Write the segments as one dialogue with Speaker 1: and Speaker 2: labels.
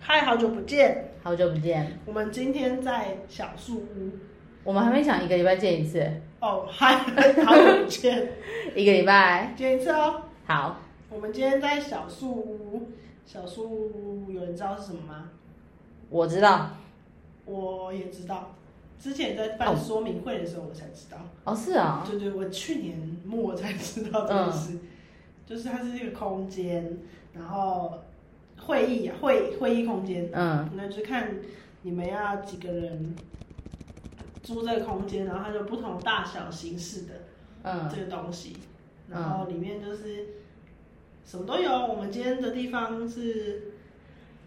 Speaker 1: 嗨，好久不见！
Speaker 2: 好久不见，
Speaker 1: 我们今天在小树屋
Speaker 2: 我们还没想一个礼拜见一次，
Speaker 1: 哦，嗨，好久不见，
Speaker 2: 一个礼拜。
Speaker 1: 见一次哦。
Speaker 2: 好，
Speaker 1: 我们今天在小树屋，小树屋有人知道是什么吗？
Speaker 2: 我知道。
Speaker 1: 我也知道，之前在办
Speaker 2: 哦
Speaker 1: 说明会的时候我才知道，
Speaker 2: 哦，是啊、
Speaker 1: 对对，我去年末才知道这个事，就是它是一个空间，然后会议啊会会议空间，
Speaker 2: 嗯，
Speaker 1: 那就是看你们要几个人租这个空间，然后它就不同大小形式的
Speaker 2: 嗯
Speaker 1: 这个东西，
Speaker 2: 嗯
Speaker 1: 然后里面就是什么都有。我们今天的地方是，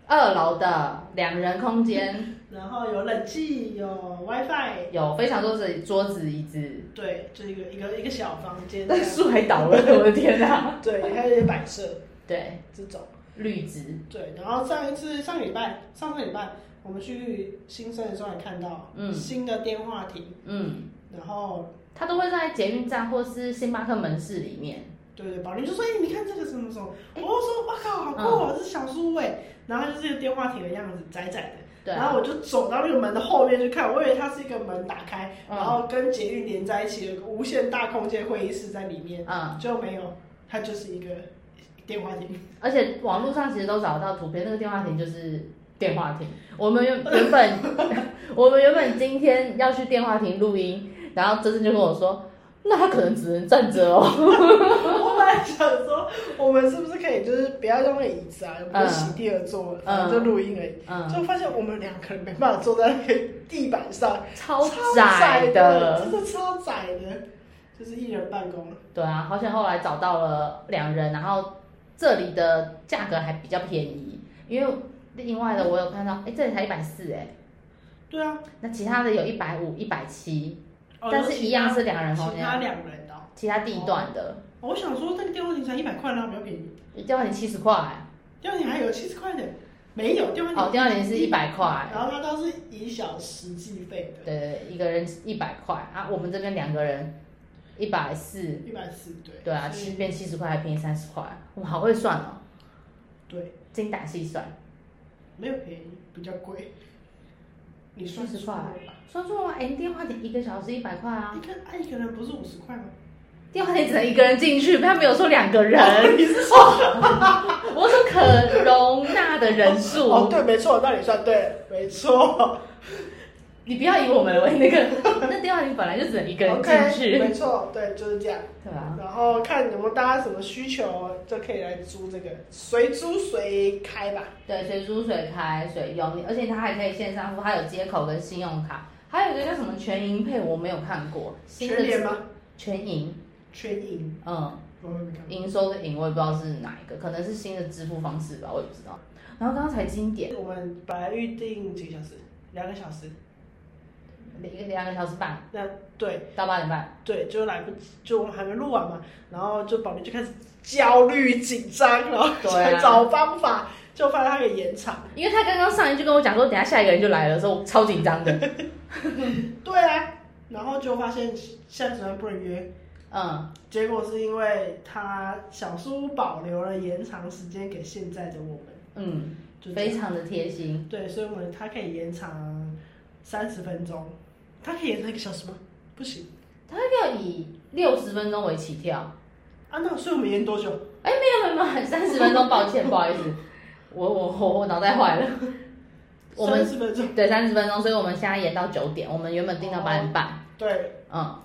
Speaker 2: 二楼的两人空间
Speaker 1: 然后有冷气，有 WiFi，
Speaker 2: 有非常多的桌子、椅子，
Speaker 1: 对，就一个一个一个小房间这
Speaker 2: 那
Speaker 1: 样，
Speaker 2: 树还倒了，我的天啊！
Speaker 1: 对，还有一些摆设
Speaker 2: 对，
Speaker 1: 这种，
Speaker 2: 绿植，
Speaker 1: 对。然后上一次上个礼拜，上个礼拜我们去新生的时候还看到，
Speaker 2: 嗯
Speaker 1: 新的电话亭，
Speaker 2: 嗯，
Speaker 1: 然后
Speaker 2: 它都会在捷运站或是星巴克门市里面。
Speaker 1: 对对，宝林就说：“哎、你看这个什么什么？”
Speaker 2: 哎
Speaker 1: 我就说：“哇靠，好酷
Speaker 2: 嗯
Speaker 1: 哦，这是小树屋哎。”然后它就是一个电话亭的样子，窄窄的。
Speaker 2: 对，啊
Speaker 1: 然后我就走到那个门的后面去看，我以为它是一个门打开，
Speaker 2: 嗯
Speaker 1: 然后跟捷运连在一起，有个无限大空间会议室在里面，
Speaker 2: 嗯，
Speaker 1: 就没有，它就是一个电话亭。
Speaker 2: 而且网络上其实都找得到图片，那个电话亭就是电话亭。我们 原原本我们原本今天要去电话亭录音，然后珍珍就跟我说，那他可能只能站着哦。
Speaker 1: 我本来想说，我们是不是可以就是不要用那个椅子啊，不是席地而坐了，
Speaker 2: 嗯
Speaker 1: 就录音而已。
Speaker 2: 嗯，
Speaker 1: 就发现我们两个人没办法坐在那个地板上，
Speaker 2: 超
Speaker 1: 窄
Speaker 2: 窄的。
Speaker 1: 真的超窄的，就是一人办公。
Speaker 2: 对啊，好像后来找到了两人，然后这里的价格还比较便宜，因为另外的我有看到，哎、这里才一百四哎，
Speaker 1: 对啊，
Speaker 2: 那其他的有一百五、一百七，
Speaker 1: 哦
Speaker 2: 但是一样是两人空
Speaker 1: 其他哦
Speaker 2: 间，
Speaker 1: 两人的哦、
Speaker 2: 其他地段的，
Speaker 1: 我想说那个电话亭才一百块啦，比较便宜。
Speaker 2: 电话亭七十块。
Speaker 1: 电话亭还有七十块的，没有电话亭。
Speaker 2: 哦，第二年是一百块，
Speaker 1: 然后它都是以小时计费
Speaker 2: 对对，对一个人一百块啊，我们这边两个人一百四，
Speaker 1: 的，一百四对。
Speaker 2: 对啊，
Speaker 1: 所
Speaker 2: 七
Speaker 1: 以
Speaker 2: 变七十块还便宜三十块，我们好会算哦，
Speaker 1: 对，
Speaker 2: 精打细算，
Speaker 1: 没有便宜，比较贵。你算
Speaker 2: 70
Speaker 1: 错了吧？
Speaker 2: 算错了，哎，你电话亭一个小时一百块啊
Speaker 1: 一，个啊一个人不是五十 块吗？
Speaker 2: 电话亭只能一个人进去，他没有说两个人，
Speaker 1: 你是说
Speaker 2: 我说可容纳的人
Speaker 1: 哦
Speaker 2: 数，
Speaker 1: 对，没错，那你算对了，没错。
Speaker 2: 你不要以我们为那个，那电话亭本来就只能一个人进
Speaker 1: OK，
Speaker 2: 去，
Speaker 1: 没错，对，就是这样。
Speaker 2: 对吧？
Speaker 1: 然后看有没有大家什么需求，就可以来租这个，随租随开吧。
Speaker 2: 对，随租随开随用，你而且它还可以线上付，它有接口跟信用卡，还有一个叫什么全银配，我没有看过。新的
Speaker 1: 全联吗？
Speaker 2: 全银，
Speaker 1: 全银，
Speaker 2: 嗯，
Speaker 1: 我没看过。
Speaker 2: 营收的营我也不知道是哪一个，可能是新的支付方式吧，我也不知道。然后刚刚才经典，
Speaker 1: 我们本来预定几个小时，两个小时，
Speaker 2: 一个两个小时半
Speaker 1: 对
Speaker 2: 到八点半，
Speaker 1: 对，就来不及，就我们还没录完嘛，然后就宝林就开始焦虑紧张，然后
Speaker 2: 对啊
Speaker 1: 想找方法，就发现他给延长。
Speaker 2: 因为他刚刚上一句跟我讲说，等一下下一个人就来了的时候，我超紧张的，
Speaker 1: 对啊，然后就发现现在只能不能约，
Speaker 2: 嗯，
Speaker 1: 结果是因为他小叔保留了延长时间给现在的我们，
Speaker 2: 嗯，
Speaker 1: 就这样
Speaker 2: 非常的贴心，
Speaker 1: 嗯对，所以我们它可以延长三十分钟，它可以延长一个小时吗？不行
Speaker 2: 他要以六十分钟为起跳。
Speaker 1: 啊，那所以我们延多久？
Speaker 2: 哎，没有没有没有，三十分钟，抱歉，不好意思，我我我我脑袋坏了。我
Speaker 1: 三
Speaker 2: 们
Speaker 1: 十分钟。
Speaker 2: 对三十分钟，所以我们现在延到九点，我们原本定到八点半，
Speaker 1: 对，
Speaker 2: 嗯，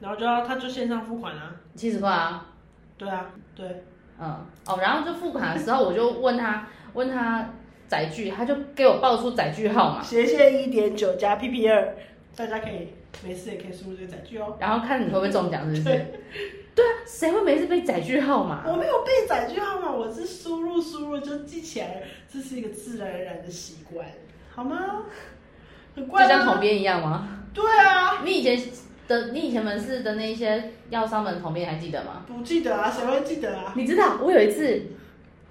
Speaker 1: 然后就要他就线上付款啊。
Speaker 2: 七十块啊，
Speaker 1: 对啊，对，
Speaker 2: 嗯，哦，然后就付款的时候，我就问他问他载具，他就给我报出载具号码，
Speaker 1: 斜线一点九加 PP 二，大家可以没事也可以输入这个载具哦。
Speaker 2: 然后看你会不会中奖，是不是？对啊，谁会没事被载具号码？
Speaker 1: 我没有背载具号码，我是输入输入就记起来了，这是一个自然而然的习惯，好吗？很
Speaker 2: 就
Speaker 1: 怪
Speaker 2: 像
Speaker 1: 吗？
Speaker 2: 统编一样吗？
Speaker 1: 对啊，
Speaker 2: 你以前的你以前门市的那些药商们统编还记得吗？
Speaker 1: 不记得啊，谁会记得啊？
Speaker 2: 你知道我有一次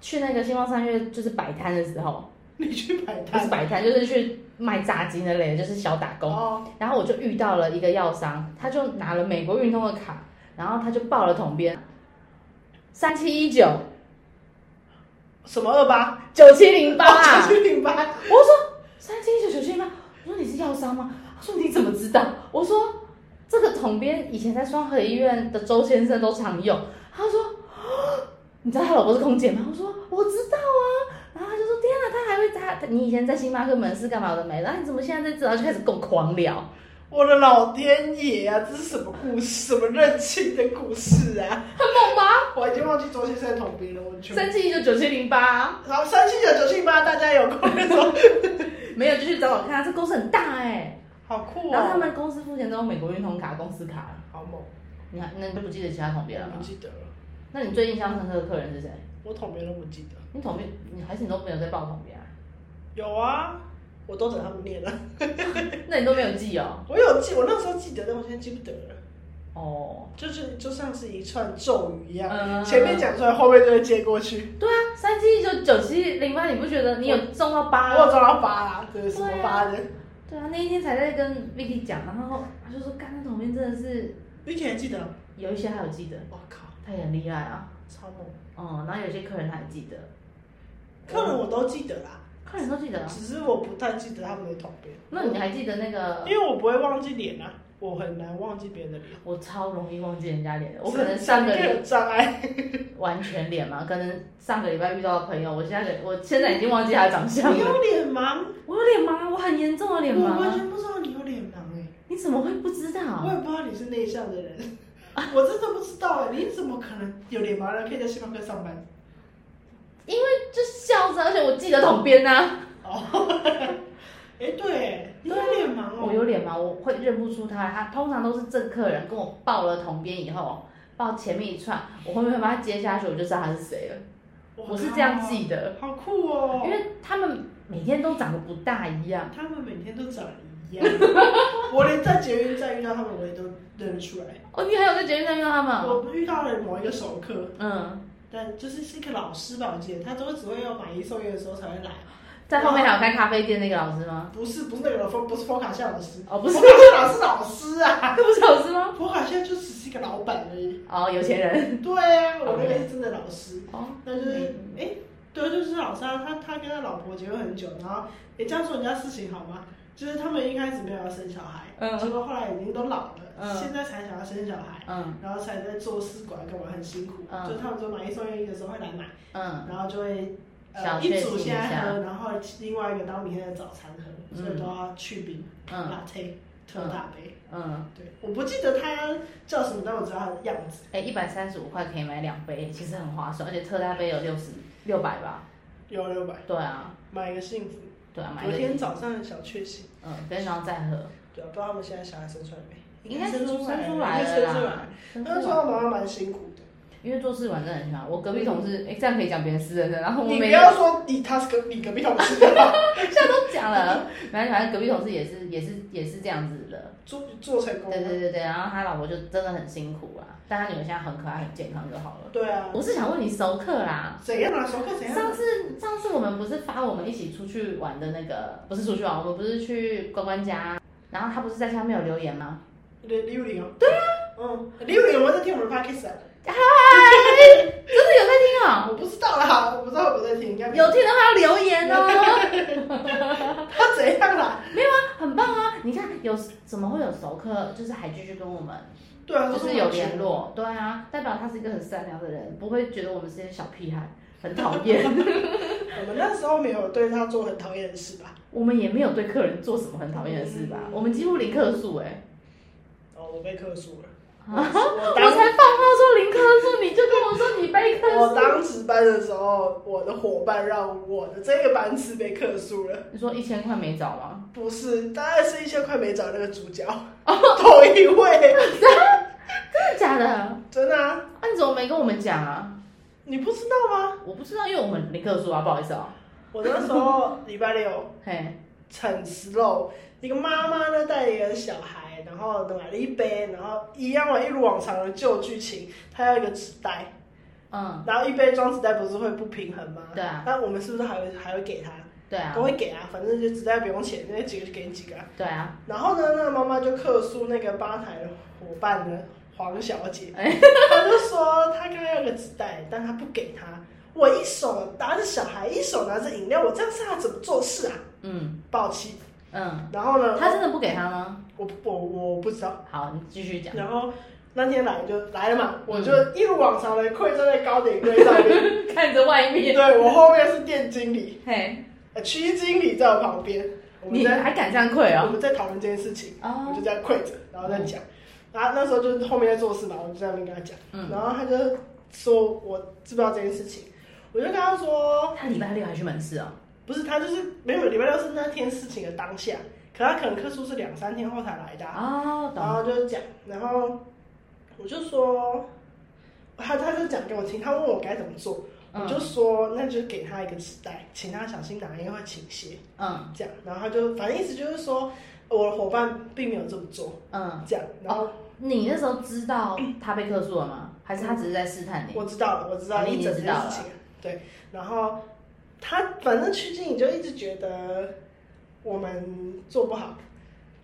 Speaker 2: 去那个星光三月，就是摆摊的时候，
Speaker 1: 你去摆
Speaker 2: 不是
Speaker 1: 摊
Speaker 2: 摆摊，就是去卖炸鸡那类的，就是小打工。
Speaker 1: 哦，
Speaker 2: 然后我就遇到了一个药商，他就拿了美国运通的卡，然后他就报了统编三七一九，
Speaker 1: 什么二八
Speaker 2: 九七零八啊
Speaker 1: 哦 九！七零八，
Speaker 2: 我说三七一九九七零八，我说你是药商吗？他说你怎么知道？我说这个统编以前在双河医院的周先生都常用。他说 啊你知道他老婆是空姐吗？我说我知道啊。然后他就说天啊，他还会他他你以前在星巴克门市干嘛的没？然后你怎么现在在这？然后就开始跟我狂聊。
Speaker 1: 我的老天爷啊，这是什么故事？什么认亲的故事啊？
Speaker 2: 很猛吧？
Speaker 1: 我已经忘记周先生的统兵了，我全部。
Speaker 2: 三七一九九七零八，
Speaker 1: 然后三七九九七八，大家有空的时 候，
Speaker 2: 没有就去找找看啊，这公司很大哎、
Speaker 1: 好酷
Speaker 2: 然后他
Speaker 1: 哦，
Speaker 2: 们公司付钱都用美国运通卡、公司卡。
Speaker 1: 好猛，
Speaker 2: 你还那你就不记得其他统编了吗
Speaker 1: 不？记得了，
Speaker 2: 那你最印象深刻的客人是谁？
Speaker 1: 我统兵都不记得。
Speaker 2: 你统编，你还是你都没有在报统编啊？
Speaker 1: 有啊，我都等他们念了。
Speaker 2: 那你都没有记哦。
Speaker 1: 我有记，我那时候记得，但我现在记不得了。
Speaker 2: 哦，
Speaker 1: 就是就像是一串咒语一样，
Speaker 2: 嗯
Speaker 1: 前面讲出来，后面就会接过去。
Speaker 2: 对啊，三七一九九七零八，你不觉得你有中到八？
Speaker 1: 我有抓到八啦，对，什么
Speaker 2: 啊对啊
Speaker 1: 八的？
Speaker 2: 对啊，那一天才在跟 Vicky 讲，然后他就说，干，那统编真的是
Speaker 1: 你以前还记得？
Speaker 2: 有一些还有记得，
Speaker 1: 我靠，
Speaker 2: 他也很厉害啊。
Speaker 1: 超猛！
Speaker 2: 哦、然后有些客人他还记得，
Speaker 1: 客人我都记得啦，
Speaker 2: 客人都记得啊。
Speaker 1: 只是我不太记得他们的统编，
Speaker 2: 那你还记得那个
Speaker 1: 因为我不会忘记脸啊，我很难忘记别人的脸。
Speaker 2: 我超容易忘记人家脸的，我可能上个
Speaker 1: 这
Speaker 2: 礼
Speaker 1: 有障 碍，
Speaker 2: 完全脸嘛，可能上个礼拜遇到的朋友，我现在我现在已经忘记他的长
Speaker 1: 你
Speaker 2: 相了。
Speaker 1: 有脸盲？
Speaker 2: 我有脸盲，我很严重的脸
Speaker 1: 我完
Speaker 2: 盲，啊
Speaker 1: 全不知道你有脸盲哎、
Speaker 2: 你怎么会不知
Speaker 1: 我
Speaker 2: 道？
Speaker 1: 也不知道你是内向的人， 我真的不知道哎、你怎么可能有脸盲人可以在星巴克上班？
Speaker 2: 就笑着，而且我记得统编啊，
Speaker 1: 哎、对欸，你有脸盲哦、
Speaker 2: 啊我有脸盲，我会认不出他，他通常都是这客人跟我报了统编以后，报前面一串，我后面把他接下去，我就知道他是谁了，
Speaker 1: 哇
Speaker 2: 我是这样记的，
Speaker 1: 好酷哦、
Speaker 2: 因为他们每天都长得不大一样。
Speaker 1: 他们每天都长一样， 我连在捷运站遇到他们，我也都认得出来。
Speaker 2: 哦，你还有在捷运上遇到他们哦？
Speaker 1: 我遇到了某一个熟客，
Speaker 2: 嗯，
Speaker 1: 但就是是一个老师吧，我记得他都只会要买一送一的时候才会来。
Speaker 2: 在后面还有开咖啡店那个老师吗？
Speaker 1: 不是不是那个老不是佛卡夏老师，
Speaker 2: 哦，不
Speaker 1: 佛
Speaker 2: 是
Speaker 1: 卡，夏老师老师啊，
Speaker 2: 哦 那不是老师吗？
Speaker 1: 佛卡夏就只是一个老板而已。
Speaker 2: 哦，有钱人。
Speaker 1: 对啊，我那个是真的老师，
Speaker 2: 哦，
Speaker 1: 那就是哎、对，就是老师啊，他他跟他老婆结婚很久，然后也这样说人家事情好吗？就是他们一开始没有要生小孩，
Speaker 2: 嗯
Speaker 1: 结果后来已经都老了，
Speaker 2: 嗯
Speaker 1: 现在才想要生小孩。
Speaker 2: 嗯
Speaker 1: 然后才在做试管干嘛很辛苦，
Speaker 2: 嗯
Speaker 1: 就他们说买一送一的时候会来买，
Speaker 2: 嗯，
Speaker 1: 然后就会
Speaker 2: 小
Speaker 1: 呃
Speaker 2: 确幸
Speaker 1: 一组现
Speaker 2: 一下
Speaker 1: 在喝，然后另外一个当明天的早餐喝，
Speaker 2: 嗯
Speaker 1: 所以都要去冰、
Speaker 2: 嗯
Speaker 1: latte 特大杯。
Speaker 2: 嗯，
Speaker 1: 对，我不记得他叫什么，但我知道他的样子。
Speaker 2: 哎，一百三十五块可以买两杯，其实很划算，而且特大杯有六十六百吧？
Speaker 1: 有六百，
Speaker 2: 对啊，
Speaker 1: 买一个幸福。
Speaker 2: 对啊，买
Speaker 1: 昨
Speaker 2: 一个，
Speaker 1: 天早上的小确幸，
Speaker 2: 嗯，跟然后再喝，
Speaker 1: 对啊，不知道他们现在小孩生出来没？
Speaker 2: 应该
Speaker 1: 生
Speaker 2: 是出
Speaker 1: 来
Speaker 2: 生出
Speaker 1: 了，
Speaker 2: 来
Speaker 1: 应该生
Speaker 2: 了
Speaker 1: 出来
Speaker 2: 啦
Speaker 1: 了。，
Speaker 2: 生出
Speaker 1: 他
Speaker 2: 来
Speaker 1: 说他妈妈蛮辛苦的。
Speaker 2: 因为做试管真的很喜欢。我隔壁同事，哎，这样可以讲别人私人的，然后我
Speaker 1: 你不
Speaker 2: 每
Speaker 1: 要说你他是跟你隔壁同事的，
Speaker 2: 现在都讲了，反正反正隔壁同事也是也是也是这样子的，
Speaker 1: 做做成功
Speaker 2: 对
Speaker 1: 了。
Speaker 2: 对对对，然后他老婆就真的很辛苦啊，但他女儿现在很可爱很健康就好了。
Speaker 1: 对啊，
Speaker 2: 我是想问你熟客啦，
Speaker 1: 怎样啊？熟客怎样啊？
Speaker 2: 上次上次我们不是发我们一起出去玩的那个，不是出去玩，我们不是去关关家，然后他不是在下面有留言吗？
Speaker 1: 李李雨林哦，对啊，嗯，李雨林有没有在听我们的 podcast 啊？
Speaker 2: 真的有在听啊、
Speaker 1: 我不知道啦，我不知道有没有在听，应该没
Speaker 2: 有听的话要留言哦，
Speaker 1: 他怎样啦？
Speaker 2: 很棒啊！你看有怎么会有熟客，就是还继续跟我们，
Speaker 1: 对啊，
Speaker 2: 就
Speaker 1: 都
Speaker 2: 是有
Speaker 1: 我
Speaker 2: 联
Speaker 1: 钱，
Speaker 2: 络，对啊，代表他是一个很善良的人，不会觉得我们是些小屁孩，很讨厌。
Speaker 1: 我们那时候没有对他做很讨厌的事吧？
Speaker 2: 我们也没有对客人做什么很讨厌的事吧？
Speaker 1: 嗯
Speaker 2: 我们几乎零客诉哎、
Speaker 1: 哦，我被克诉了， 我
Speaker 2: 啊我才放话说零客诉，你就跟我说你被客
Speaker 1: 当我
Speaker 2: 诉。
Speaker 1: 当值班的时候，我的伙伴让我的这个班次被克诉了，
Speaker 2: 你说一千块没找吗？
Speaker 1: 不是，大概是一千块没找那个主角，
Speaker 2: 哦
Speaker 1: 同一位，
Speaker 2: 真的假的？啊，
Speaker 1: 真的啊，
Speaker 2: 你怎么没跟我们讲啊？
Speaker 1: 你不知道吗？
Speaker 2: 我不知道，因为我们零克数啊，不好意思哦、
Speaker 1: 我那时候礼拜六。
Speaker 2: 嘿，
Speaker 1: 很 slow。一个妈妈呢带一个小孩，然后买了一杯，然后一样嘛，一如往常的旧剧情，她要一个纸袋，
Speaker 2: 嗯，
Speaker 1: 然后一杯装纸袋不是会不平衡吗？
Speaker 2: 对啊，
Speaker 1: 那我们是不是还会还会给她？
Speaker 2: 对啊
Speaker 1: 都，会给啊，反正就纸袋不用钱，那几个就给你几个啊、
Speaker 2: 对啊，
Speaker 1: 然后呢，那个妈妈就客诉那个吧台的伙伴呢，黄小姐，
Speaker 2: 哎
Speaker 1: 她就说她刚刚要个纸袋，但她不给她。我一手拿着小孩，一手拿着饮料，我这样是他怎么做事啊？
Speaker 2: 嗯
Speaker 1: 抱歉。
Speaker 2: 嗯，
Speaker 1: 然后呢，
Speaker 2: 他真的不给他吗？
Speaker 1: 我我我不知道。
Speaker 2: 好，你继 续讲。
Speaker 1: 然后那天来就来了嘛，我
Speaker 2: 嗯
Speaker 1: 就一如往常的跪站在高顶柜上面。
Speaker 2: 看着外面，
Speaker 1: 对我后面是店经理，
Speaker 2: 嘿，
Speaker 1: 呃，区经理在我旁边。我们
Speaker 2: 你
Speaker 1: 在
Speaker 2: 还敢这样跪
Speaker 1: 我
Speaker 2: 哦？
Speaker 1: 们在讨论这件事情，我就
Speaker 2: 哦，
Speaker 1: 这样跪着，然后再讲。然后那时候就是后面在做事嘛，我就在那边跟他讲，
Speaker 2: 嗯，
Speaker 1: 然后他就说我知不知道这件事情，我就跟他说
Speaker 2: 他礼拜六还去门市哦。
Speaker 1: 不是，他就是没有礼拜六是那天事情的当下，可他可能客诉是两三天后才来的啊、
Speaker 2: 哦，
Speaker 1: 然
Speaker 2: 懂。
Speaker 1: 后就讲，然后我就说，他他就讲给我听，他问我该怎么做，我就
Speaker 2: 嗯
Speaker 1: 说那就给他一个纸袋，请他小心哪一天会倾斜，
Speaker 2: 嗯
Speaker 1: 这样，然后他就反正意思就是说我的伙伴并没有这么做，
Speaker 2: 嗯，
Speaker 1: 这样，然后
Speaker 2: 你那时候知道他被客诉了吗？还是他只是在试探你？
Speaker 1: 我知道了，我知道
Speaker 2: 哎你
Speaker 1: 一
Speaker 2: 已经
Speaker 1: 整
Speaker 2: 知
Speaker 1: 件
Speaker 2: 道
Speaker 1: 事情，对，然后他反正曲靖你就一直觉得我们做不好，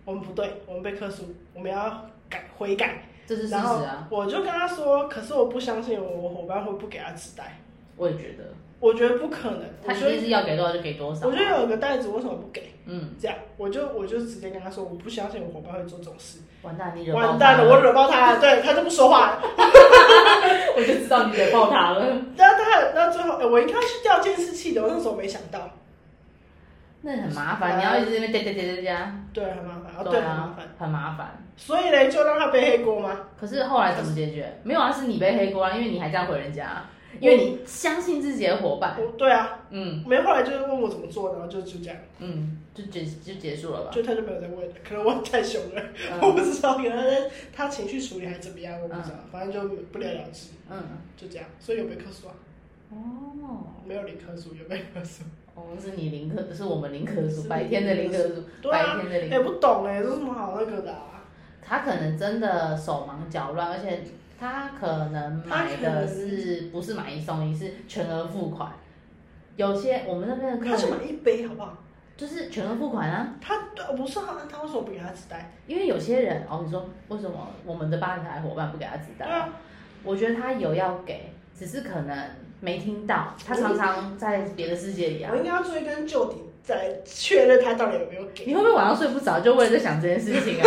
Speaker 1: 我们不对，我们被克数，我们要改悔改。
Speaker 2: 这是事实
Speaker 1: 然后
Speaker 2: 啊，
Speaker 1: 我就跟他说，可是我不相信我伙伴会不给他纸袋，
Speaker 2: 我也觉得，
Speaker 1: 我觉得不可能。我
Speaker 2: 他一
Speaker 1: 觉
Speaker 2: 定
Speaker 1: 得
Speaker 2: 是要给多少就给多少
Speaker 1: 我。觉得有个袋子为什么不给？
Speaker 2: 嗯，
Speaker 1: 这样，我就我就直接跟他说，我不相信我伙伴会做这种事。
Speaker 2: 完蛋，你惹爆
Speaker 1: 完
Speaker 2: 他
Speaker 1: 蛋了，我惹爆他了，对他就不说话了。
Speaker 2: 我就知道你惹爆他了。
Speaker 1: 然后他然后最后，哎我应该去调监视器的，我那时候没想到。
Speaker 2: 那很麻烦，你要一直在那边加加加加加，
Speaker 1: 对，很麻烦，啊，
Speaker 2: 对
Speaker 1: 对，很麻
Speaker 2: 啊
Speaker 1: 烦。，
Speaker 2: 很麻烦。
Speaker 1: 所以呢，就让他背黑锅吗？
Speaker 2: 可是后来怎么解决？没有啊，是你被黑锅啊，因为你还这样回人家，啊因为你相信自己的伙伴。
Speaker 1: 我对啊，
Speaker 2: 嗯
Speaker 1: 没后来就是问我怎么做，然后就就这样，
Speaker 2: 嗯，就结就结束了吧。
Speaker 1: 就他就没有再问了，可能我太凶了， 我
Speaker 2: 嗯
Speaker 1: 不知道，可能他情绪处理还怎么样，我不知道，反正就不了了之，
Speaker 2: 嗯，
Speaker 1: 就这样。所以有被克数啊？
Speaker 2: 哦
Speaker 1: 没有零克数，有被克数？
Speaker 2: 哦，是你林科，是我们林科
Speaker 1: 是
Speaker 2: 数，
Speaker 1: 你
Speaker 2: 白天的林科数，
Speaker 1: 对
Speaker 2: 嗯白
Speaker 1: 啊，
Speaker 2: 天的林
Speaker 1: 也、不懂哎、这有什么好那个的啊？
Speaker 2: 他可能真的手忙脚乱，而且他可能买的是不是买一送一，是全额付款。有些我们那边的
Speaker 1: 他
Speaker 2: 客
Speaker 1: 去
Speaker 2: 人
Speaker 1: 买一杯好不好？
Speaker 2: 就是全额付款啊，
Speaker 1: 他呃不是他，他为什么不给他纸袋？
Speaker 2: 因为有些人哦，你说为什么我们的吧台伙伴不给他子
Speaker 1: 对
Speaker 2: 弹？
Speaker 1: 啊，
Speaker 2: 我觉得他有要给，只是可能没听到，他常常在别的世界里啊
Speaker 1: 我。应该要追根究底，再确认他到底有没有给。
Speaker 2: 你会不会晚上睡不着，就为了在想这件事情啊？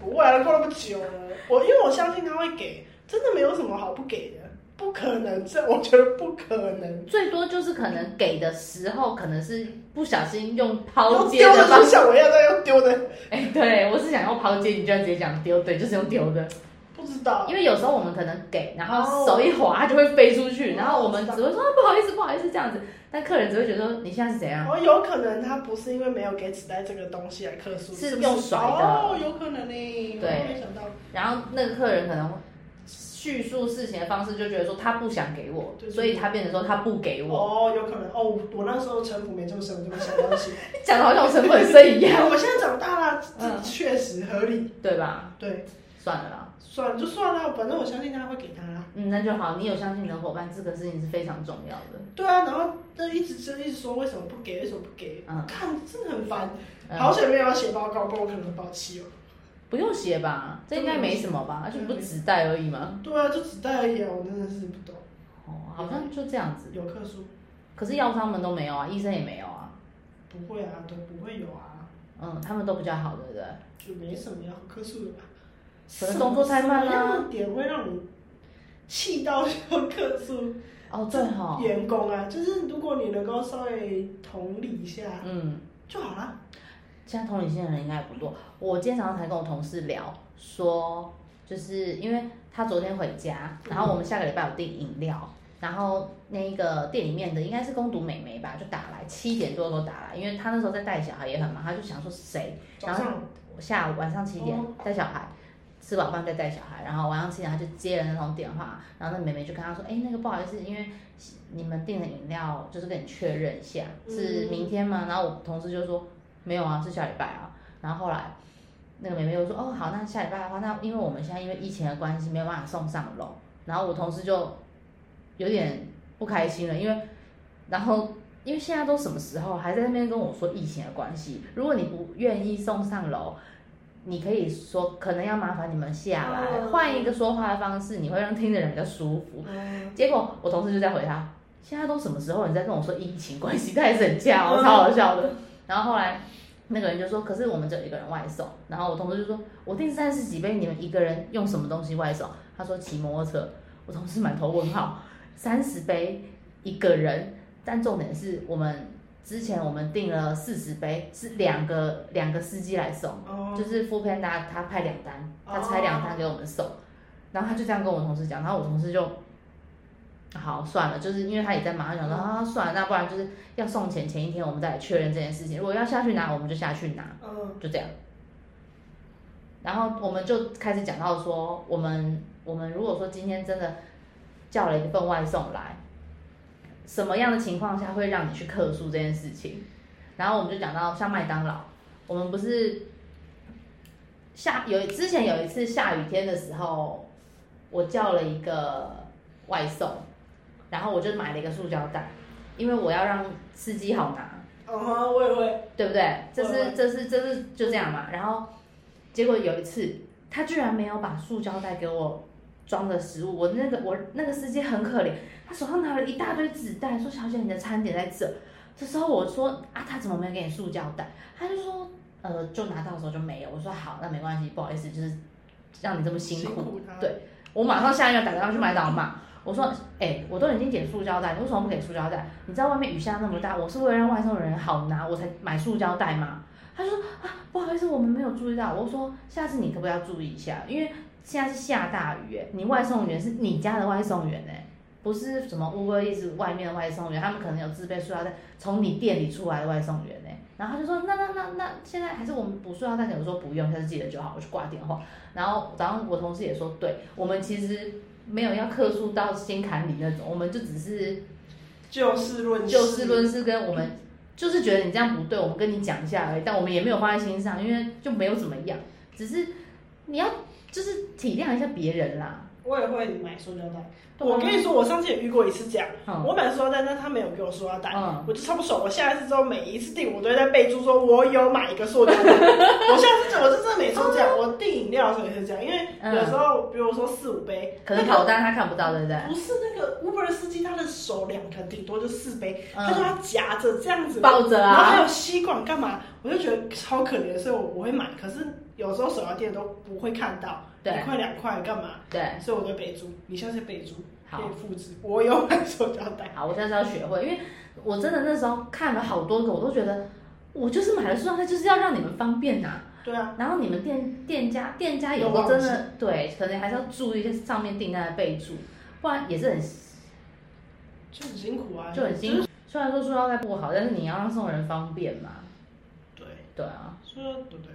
Speaker 1: 不会啊，过那么久了，我因为我相信他会给，真的没有什么好不给的，不可能，这我觉得不可能。
Speaker 2: 最多就是可能给的时候，可能是不小心用
Speaker 1: 又
Speaker 2: 抛接
Speaker 1: 丢
Speaker 2: 啊的
Speaker 1: 的
Speaker 2: 方
Speaker 1: 就像我一样在用丢的，
Speaker 2: 哎、对我是想用抛接，你居然直接讲丢，对，就是用丢的。
Speaker 1: 不知道
Speaker 2: 因为有时候我们可能给，然后手一滑，它就会飞出去，
Speaker 1: 哦
Speaker 2: 然后我们只会说、啊不好意思，不好意思这样子，但客人只会觉得说你现在是怎样？
Speaker 1: 哦，有可能他不是因为没有给纸袋这个东西来克数，
Speaker 2: 是
Speaker 1: 不
Speaker 2: 用甩的
Speaker 1: 哦，有可能呢，我
Speaker 2: 对
Speaker 1: 没想到，
Speaker 2: 然后那个客人可能会叙述事情的方式就觉得说他不想给我
Speaker 1: 对，对
Speaker 2: 所以他变成说他不给我，
Speaker 1: 哦，有可能哦，我我那时候城府没这么深，我就没想到 这些。
Speaker 2: 讲的好像我成本深一
Speaker 1: 因为
Speaker 2: 样，
Speaker 1: 我现在长大了，这
Speaker 2: 嗯
Speaker 1: 确实合理，
Speaker 2: 对吧？
Speaker 1: 对，
Speaker 2: 算了啦。
Speaker 1: 算了就算了，反正我相信他会给他啦。
Speaker 2: 嗯，那就好。你有相信你的伙伴，这个事情是非常重要的。
Speaker 1: 对啊，然后就一直就一直说为什么不给，为什么不给，
Speaker 2: 嗯
Speaker 1: 看真的很烦。
Speaker 2: 嗯
Speaker 1: 好险没有要写报告，不然我可能爆气哦。
Speaker 2: 不用写吧，这应该没什么吧，就
Speaker 1: 对
Speaker 2: 不是纸袋而已嘛。
Speaker 1: 对啊，就纸袋而已啊，我真的是不懂。
Speaker 2: 哦，好像就这样子。
Speaker 1: 有克数
Speaker 2: 可是药商们都没有啊，医生也没有啊。
Speaker 1: 不会啊，都不会有啊，
Speaker 2: 嗯，他们都比较好，对不对？
Speaker 1: 就没什么要克数的吧。
Speaker 2: 可能动作太慢啦啊
Speaker 1: 什么样的点会让你气到要克数
Speaker 2: 哦，对哈、
Speaker 1: 员工啊？就是如果你能够稍微同理一下
Speaker 2: 嗯，
Speaker 1: 就好啦。
Speaker 2: 现在同理心的人应该也不多。我今天早上才跟我同事聊，说就是因为他昨天回家，然后我们下个礼拜有订饮料，然后那个店里面的应该是攻读美眉吧，就打来七点多都打来，因为他那时候在带小孩也很忙，他就想说谁
Speaker 1: 早上
Speaker 2: 我下午晚上七点
Speaker 1: 哦
Speaker 2: 带小孩，吃饱饭再带小孩，然后晚上七点他就接了那通电话，然后那妹妹就跟他说，哎、那个不好意思，因为你们订的饮料就是跟你确认一下是
Speaker 1: 嗯
Speaker 2: 明天吗？然后我同事就说没有啊，是下礼拜啊。然后后来那个妹妹又说，哦好，那下礼拜的话，那因为我们现在因为疫情的关系没有办法送上楼，然后我同事就有点不开心了，因为然后因为现在都什么时候还在那边跟我说疫情的关系，如果你不愿意送上楼，你可以说可能要麻烦你们下来，
Speaker 1: 嗯
Speaker 2: 换一个说话的方式，你会让听的人比较舒服。
Speaker 1: 嗯，
Speaker 2: 结果我同事就在回他，现在都什么时候你在跟我说疫情关系，他还是很恰哦，超好笑的。然后后来那个人就说，可是我们只有一个人外送。然后我同事就说，我订三十几杯，你们一个人用什么东西外送？他说骑摩托车。我同事满头问号，三十杯一个人，但重点是我们之前我们订了四十杯，是两个两个司机来送。
Speaker 1: 哦，
Speaker 2: 就是副片他他派两单，他拆两单给我们送，然后他就这样跟我同事讲，然后我同事就，好算了，就是因为他也在忙，他想说啊算了，那不然就是要送钱前一天我们再来确认这件事情，如果要下去拿我们就下去拿，
Speaker 1: 嗯，
Speaker 2: 就这样。然后我们就开始讲到说，我们我们如果说今天真的叫了一份外送来，什么样的情况下会让你去客诉这件事情？然后我们就讲到像麦当劳，我们不是下有之前有一次下雨天的时候，我叫了一个外送，然后我就买了一个塑胶袋，因为我要让司机好拿。
Speaker 1: 哦哈，我也会，
Speaker 2: 对不对？这
Speaker 1: 会
Speaker 2: 是这是这是就这样嘛。然后结果有一次，他居然没有把塑胶袋给我装的食物，我那个我那个司机很可怜，他手上拿了一大堆纸袋，说：“小姐，你的餐点在这。”这时候我说：“啊，他怎么没有给你塑胶袋？”他就说：“呃，就拿到的时候就没有。”我说：“好，那没关系，不好意思，就是让你这么辛苦。”
Speaker 1: 苦他，
Speaker 2: 对我马上下一秒打电话去麦当劳骂，我说，哎、我都已经点塑胶袋，你为什么不给塑胶袋？你知道外面雨下那么大，我是为了让外送人好拿，我才买塑胶袋嘛。他就说啊，不好意思，我们没有注意到。我说，下次你可不可以要注意一下？因为现在是下大雨，哎，你外送员是你家的外送员，哎，不是什么 Uber 一直外面的外送员，他们可能有自备塑料袋，从你店里出来的外送员，哎。然后他就说，那那那那，现在还是我们补塑料袋给我说不用，下次记得就好。我就挂电话。然后早上我同事也说，对我们其实没有要客诉到心坎里那种，我们就只是
Speaker 1: 就事论
Speaker 2: 就事，论事，跟我们就是觉得你这样不对，我们跟你讲一下而已，但我们也没有放在心上，因为就没有怎么样，只是你要就是体谅一下别人啦。
Speaker 1: 我也会买塑胶袋。
Speaker 2: 对啊
Speaker 1: 我跟你说，我上次也遇过一次这样，
Speaker 2: 嗯
Speaker 1: 我买塑料袋，但他没有给我塑料袋。
Speaker 2: 嗯，
Speaker 1: 我就超不爽，我下一次之后每一次订，我都会在备注说我有买一个塑胶袋。 我下次就我就真的每次都这
Speaker 2: 哦
Speaker 1: 样，我订饮料的时候也是这样，因为有时候比如说四五杯，
Speaker 2: 嗯可能
Speaker 1: 那个
Speaker 2: 跑单他看不到，对不对？
Speaker 1: 不是那个 Uber 司机，他的手两个顶多就四杯，他就
Speaker 2: 嗯，
Speaker 1: 要夹着这样子，
Speaker 2: 抱着
Speaker 1: 然后还
Speaker 2: 啊，
Speaker 1: 有吸管干嘛？我就觉得超可怜，所以我不会买。可是有时候手摇店都不会看到，
Speaker 2: 对
Speaker 1: 一块两块干嘛？
Speaker 2: 对，
Speaker 1: 所以我就备注，你下次备注可
Speaker 2: 好
Speaker 1: 以。复制，我有买塑胶袋。
Speaker 2: 好，我下次要学会，因为我真的那时候看了好多个，我都觉得我就是买了塑料袋，就是要让你们方便呐、
Speaker 1: 对啊，
Speaker 2: 然后你们店店家店家有
Speaker 1: 有
Speaker 2: 时
Speaker 1: 忘
Speaker 2: 候真的对，可能还是要注意一下上面订单的备注，不然也是很
Speaker 1: 就很辛苦啊，
Speaker 2: 就很辛苦。虽然说塑料袋不好，但是你要让送人方便嘛。
Speaker 1: 对，
Speaker 2: 对啊，
Speaker 1: 说对不对？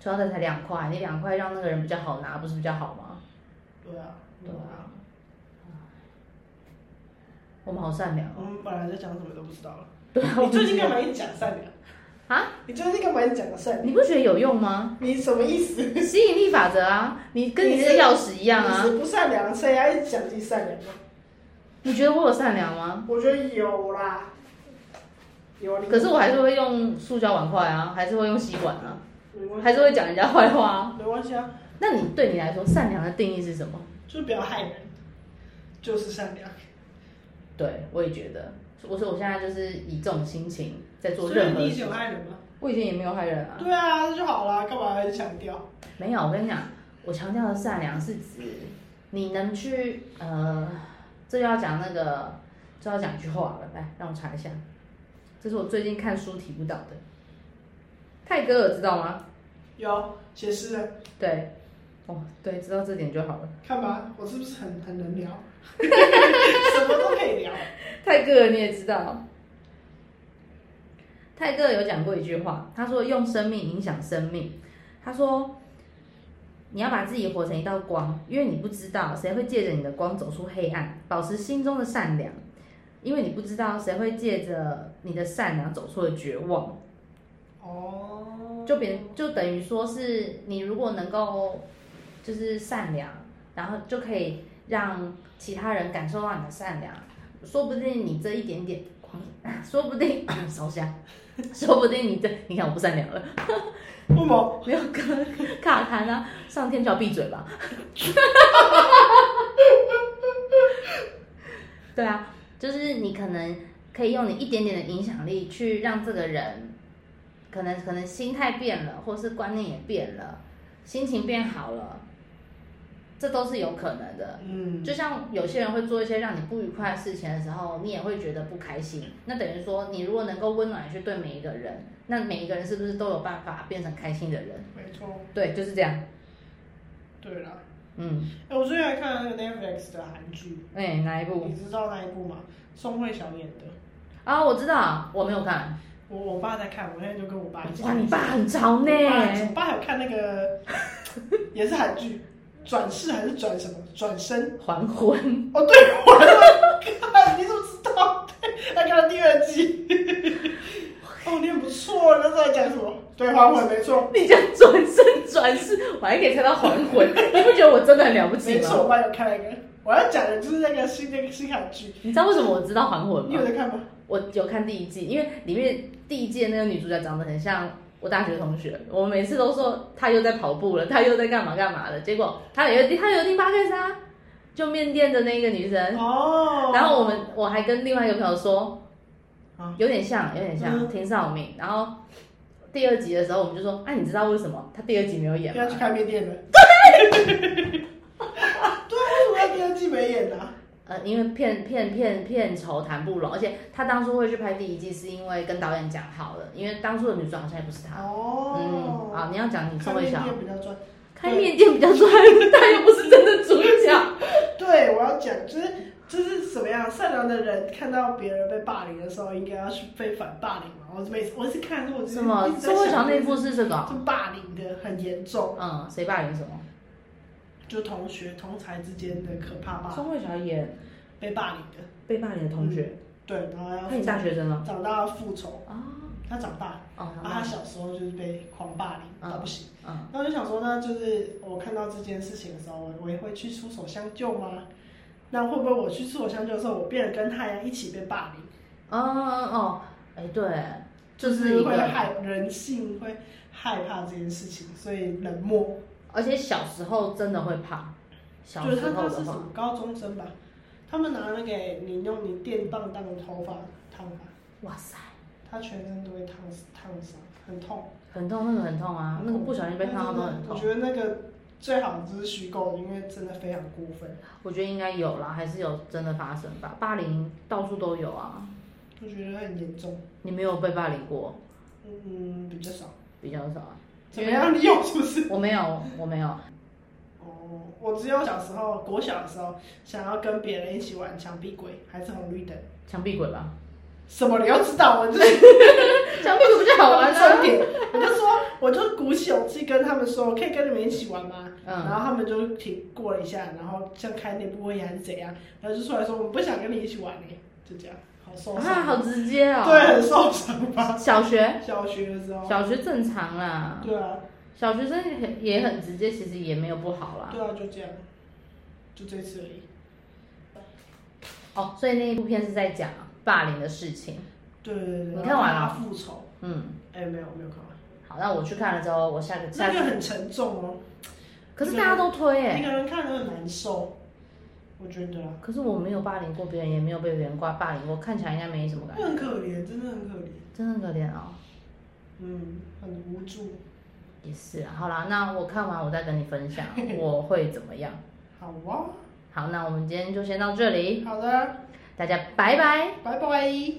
Speaker 2: 塑料袋才两块，你两块让那个人比较好拿，不是比较好吗？
Speaker 1: 对啊，
Speaker 2: 对啊。我们好善良
Speaker 1: 我
Speaker 2: 哦。
Speaker 1: 们本来在讲什么都不知道了。
Speaker 2: 对啊， 我
Speaker 1: 你最
Speaker 2: 们
Speaker 1: 近干嘛一直讲善良？
Speaker 2: 啊？
Speaker 1: 你最近干嘛一直讲善良？
Speaker 2: 你不觉得有用吗？
Speaker 1: 你什么意思？
Speaker 2: 吸引力法则啊，你跟你
Speaker 1: 你
Speaker 2: 这
Speaker 1: 是
Speaker 2: 个钥匙一样
Speaker 1: 你
Speaker 2: 啊。
Speaker 1: 是不善良，谁还一直讲自己善良啊？
Speaker 2: 你觉得我有善良吗？
Speaker 1: 我觉得有啦，有啊你。
Speaker 2: 可是我还是会用塑胶碗筷啊，还是会用吸管啊，
Speaker 1: 没关系
Speaker 2: 还是会讲人家坏话啊。
Speaker 1: 没关系啊，
Speaker 2: 那你对你来说，善良的定义是什么？
Speaker 1: 就是不要害人，就是善良。
Speaker 2: 对，我也觉得，我说我现在就是以这种心情在做
Speaker 1: 所以
Speaker 2: 任何
Speaker 1: 你以前
Speaker 2: 事
Speaker 1: 有。害人吗？
Speaker 2: 我以前也没有害人啊，
Speaker 1: 对啊，那就好啦，干嘛还强调？
Speaker 2: 没有。我跟你讲，我强调的善良是指你能去呃，这就要讲那个，这要讲一句话了。来，让我查一下，这是我最近看书体悟到的。泰戈尔知道吗？
Speaker 1: 有写诗人，
Speaker 2: 对，哦，对，知道这点就好了。
Speaker 1: 看吧，我是不是很很能聊？ 什么都可以聊。
Speaker 2: 泰戈尔你也知道，泰戈尔有讲过一句话，他说用生命影响生命。他说你要把自己活成一道光，因为你不知道谁会借着你的光走出黑暗，保持心中的善良，因为你不知道谁会借着你的善良走出了绝望。
Speaker 1: 哦，
Speaker 2: 就别就等于说是你如果能够就是善良，然后就可以让其他人感受到你的善良，说不定你这一点 点光，说不定 烧香， 说不定你这你看我不善良了，
Speaker 1: 不谋。
Speaker 2: 没有卡卡痰啊，上天就要闭嘴吧。 对啊，就是你可能可以用你一点点的影响力去让这个人，可能可能心态变了，或是观念也变了，心情变好了，这都是有可能的。
Speaker 1: 嗯，
Speaker 2: 就像有些人会做一些让你不愉快的事情的时候，你也会觉得不开心。那等于说，你如果能够温暖地去对每一个人，那每一个人是不是都有办法变成开心的人？
Speaker 1: 没错，
Speaker 2: 对，就是这样。
Speaker 1: 对啦。
Speaker 2: 嗯，
Speaker 1: 哎、我最近还看了那个 Netflix 的韩剧，
Speaker 2: 哎、哪一部
Speaker 1: 你知道那一部吗？宋慧乔演的。
Speaker 2: 啊？我知道，我没有看。
Speaker 1: 我我爸在看，我现在就跟我爸一起
Speaker 2: 哇，
Speaker 1: 看。
Speaker 2: 你爸很潮呢。
Speaker 1: 我爸我爸还有看那个， 也是韩剧，转世还是转什么？转身？
Speaker 2: 还魂，
Speaker 1: 哦，对，我还看，你怎么知道？对，他看了第二季。 哦，你很不错，那时候在讲什么？对，还魂没错，
Speaker 2: 你这样转身转世，我还可以猜到还魂，你不觉得我真的很了不起
Speaker 1: 没错，
Speaker 2: 吗？
Speaker 1: 我爸有看了一个。我要讲的就是那个新那个新韩剧，
Speaker 2: 你知道为什么我知道还魂
Speaker 1: 你有
Speaker 2: 吗？
Speaker 1: 在看吗？
Speaker 2: 我有看第一季，因为里面第一季的那个女主角长得很像我大学同学，我每次都说她又在跑步了，她又在干嘛干嘛的，结果她有她有听 p o d 啊，就面店的那个女生，
Speaker 1: 哦
Speaker 2: 嗯然后我们我还跟另外一个朋友说
Speaker 1: 啊，
Speaker 2: 有点像，有点像
Speaker 1: 嗯
Speaker 2: 田少明，然后。第二集的时候，我们就说，哎、你知道为什么她第二集没有演吗
Speaker 1: 要？去看面店的。 对，为什么他第二季没演呢、啊？
Speaker 2: 呃，因为片片片片酬谈不拢，而且他当初会去拍第一季，是因为跟导演讲好了，因为当初的女主好像也不是他。嗯，
Speaker 1: 哦，
Speaker 2: 好，你要讲你
Speaker 1: 看
Speaker 2: 宋慧
Speaker 1: 面
Speaker 2: 乔
Speaker 1: 店比较赚。
Speaker 2: 开面店比较赚，他又不是真的主 角。
Speaker 1: 对，我要讲就是就是什么样善良的人看到别人被霸凌的时候，应该要去被反霸凌嘛。我每次我是看的时候，我就是
Speaker 2: 什么
Speaker 1: 一直在
Speaker 2: 宋慧乔
Speaker 1: 想
Speaker 2: 那部是这个哦？
Speaker 1: 就霸凌的很严重，
Speaker 2: 嗯，谁霸凌什么？
Speaker 1: 就同学同才之间的可怕霸
Speaker 2: 宋慧乔演
Speaker 1: 被霸凌的，
Speaker 2: 被霸凌的同学，
Speaker 1: 对，然后要
Speaker 2: 她也大学生了。
Speaker 1: 长大要复仇，
Speaker 2: 啊
Speaker 1: 他长大了，
Speaker 2: 哦，
Speaker 1: 然后他
Speaker 2: 啊
Speaker 1: 小时候就是被狂霸凌
Speaker 2: 嗯
Speaker 1: 到不行，
Speaker 2: 嗯，
Speaker 1: 然后我就想说，那就是我看到这件事情的时候，我我也会去出手相救吗？那会不会我去出手相救的时候，我变得跟他一样一起被霸凌？
Speaker 2: 哦哦哦，哎对，
Speaker 1: 就
Speaker 2: 就是
Speaker 1: 是
Speaker 2: 一
Speaker 1: 会
Speaker 2: 个，
Speaker 1: 害人性会害怕这件事情，所以冷漠。
Speaker 2: 而且小时候真的会怕，小
Speaker 1: 就是
Speaker 2: 时
Speaker 1: 他
Speaker 2: 候
Speaker 1: 他
Speaker 2: 的
Speaker 1: 是什
Speaker 2: 话，
Speaker 1: 么高中生吧？他们拿那个你用你电棒当头发烫吧，
Speaker 2: 哇塞。
Speaker 1: 他全身都会烫烫伤，很痛。
Speaker 2: 很痛，那个很痛啊，那个不小心被烫到都很
Speaker 1: 我
Speaker 2: 痛。
Speaker 1: 觉得那个最好就是虚构的，因为真的非常过分。
Speaker 2: 我觉得应该有啦，还是有真的发生吧。霸凌到处都有啊，
Speaker 1: 我觉得很严重，
Speaker 2: 你没有被霸凌过
Speaker 1: 嗯，比较少。
Speaker 2: 比较少啊。
Speaker 1: 怎么样？你有是不是？
Speaker 2: 我没有，我没有。
Speaker 1: 哦，我只有小时候国小的时候想要跟别人一起玩墙壁鬼，还是红绿灯。
Speaker 2: 墙壁 鬼吧？
Speaker 1: 什么？你要知道，我这
Speaker 2: 墙壁鬼比较好玩
Speaker 1: 重
Speaker 2: 啊。
Speaker 1: 点，我就说，我就鼓起勇气跟他们说，我可以跟你们一起玩吗？然
Speaker 2: 嗯，
Speaker 1: 后他们就停过了一下，然后像开内部会议还是怎样，然后就出来说我们不想跟你一起玩呢、就这样，好受
Speaker 2: 啊，
Speaker 1: 伤，
Speaker 2: 好直接哦。
Speaker 1: 对，，很受伤吧？
Speaker 2: 小学
Speaker 1: 小学的时候，
Speaker 2: 小学正常啦，
Speaker 1: 对啊，
Speaker 2: 小学生也很也很直接，其实也没有不好啦。
Speaker 1: 对啊，就这样，就这次而已。
Speaker 2: 哦，所以那一部片是在讲霸凌的事情。
Speaker 1: 对对对，
Speaker 2: 你看完了
Speaker 1: 然后他复仇？
Speaker 2: 嗯，
Speaker 1: 哎、没有没有看完，
Speaker 2: 好，那我去看了之后，我下个下
Speaker 1: 那 个
Speaker 2: 次，
Speaker 1: 很沉重哦，
Speaker 2: 可是大家都推哎、
Speaker 1: 一个人看都很难受，我觉得啊，
Speaker 2: 可是我没有霸凌过别人，也没有被别人挂霸凌过，看起来应该没什么感
Speaker 1: 会
Speaker 2: 觉，
Speaker 1: 很可怜，真的很可怜，
Speaker 2: 真的可怜哦。
Speaker 1: 嗯，很无助。
Speaker 2: 也是啊，好啦，那我看完我再跟你分享我会怎么样。
Speaker 1: 好啊，
Speaker 2: 好，那我们今天就先到这里，
Speaker 1: 好的，
Speaker 2: 大家拜拜。
Speaker 1: 拜拜。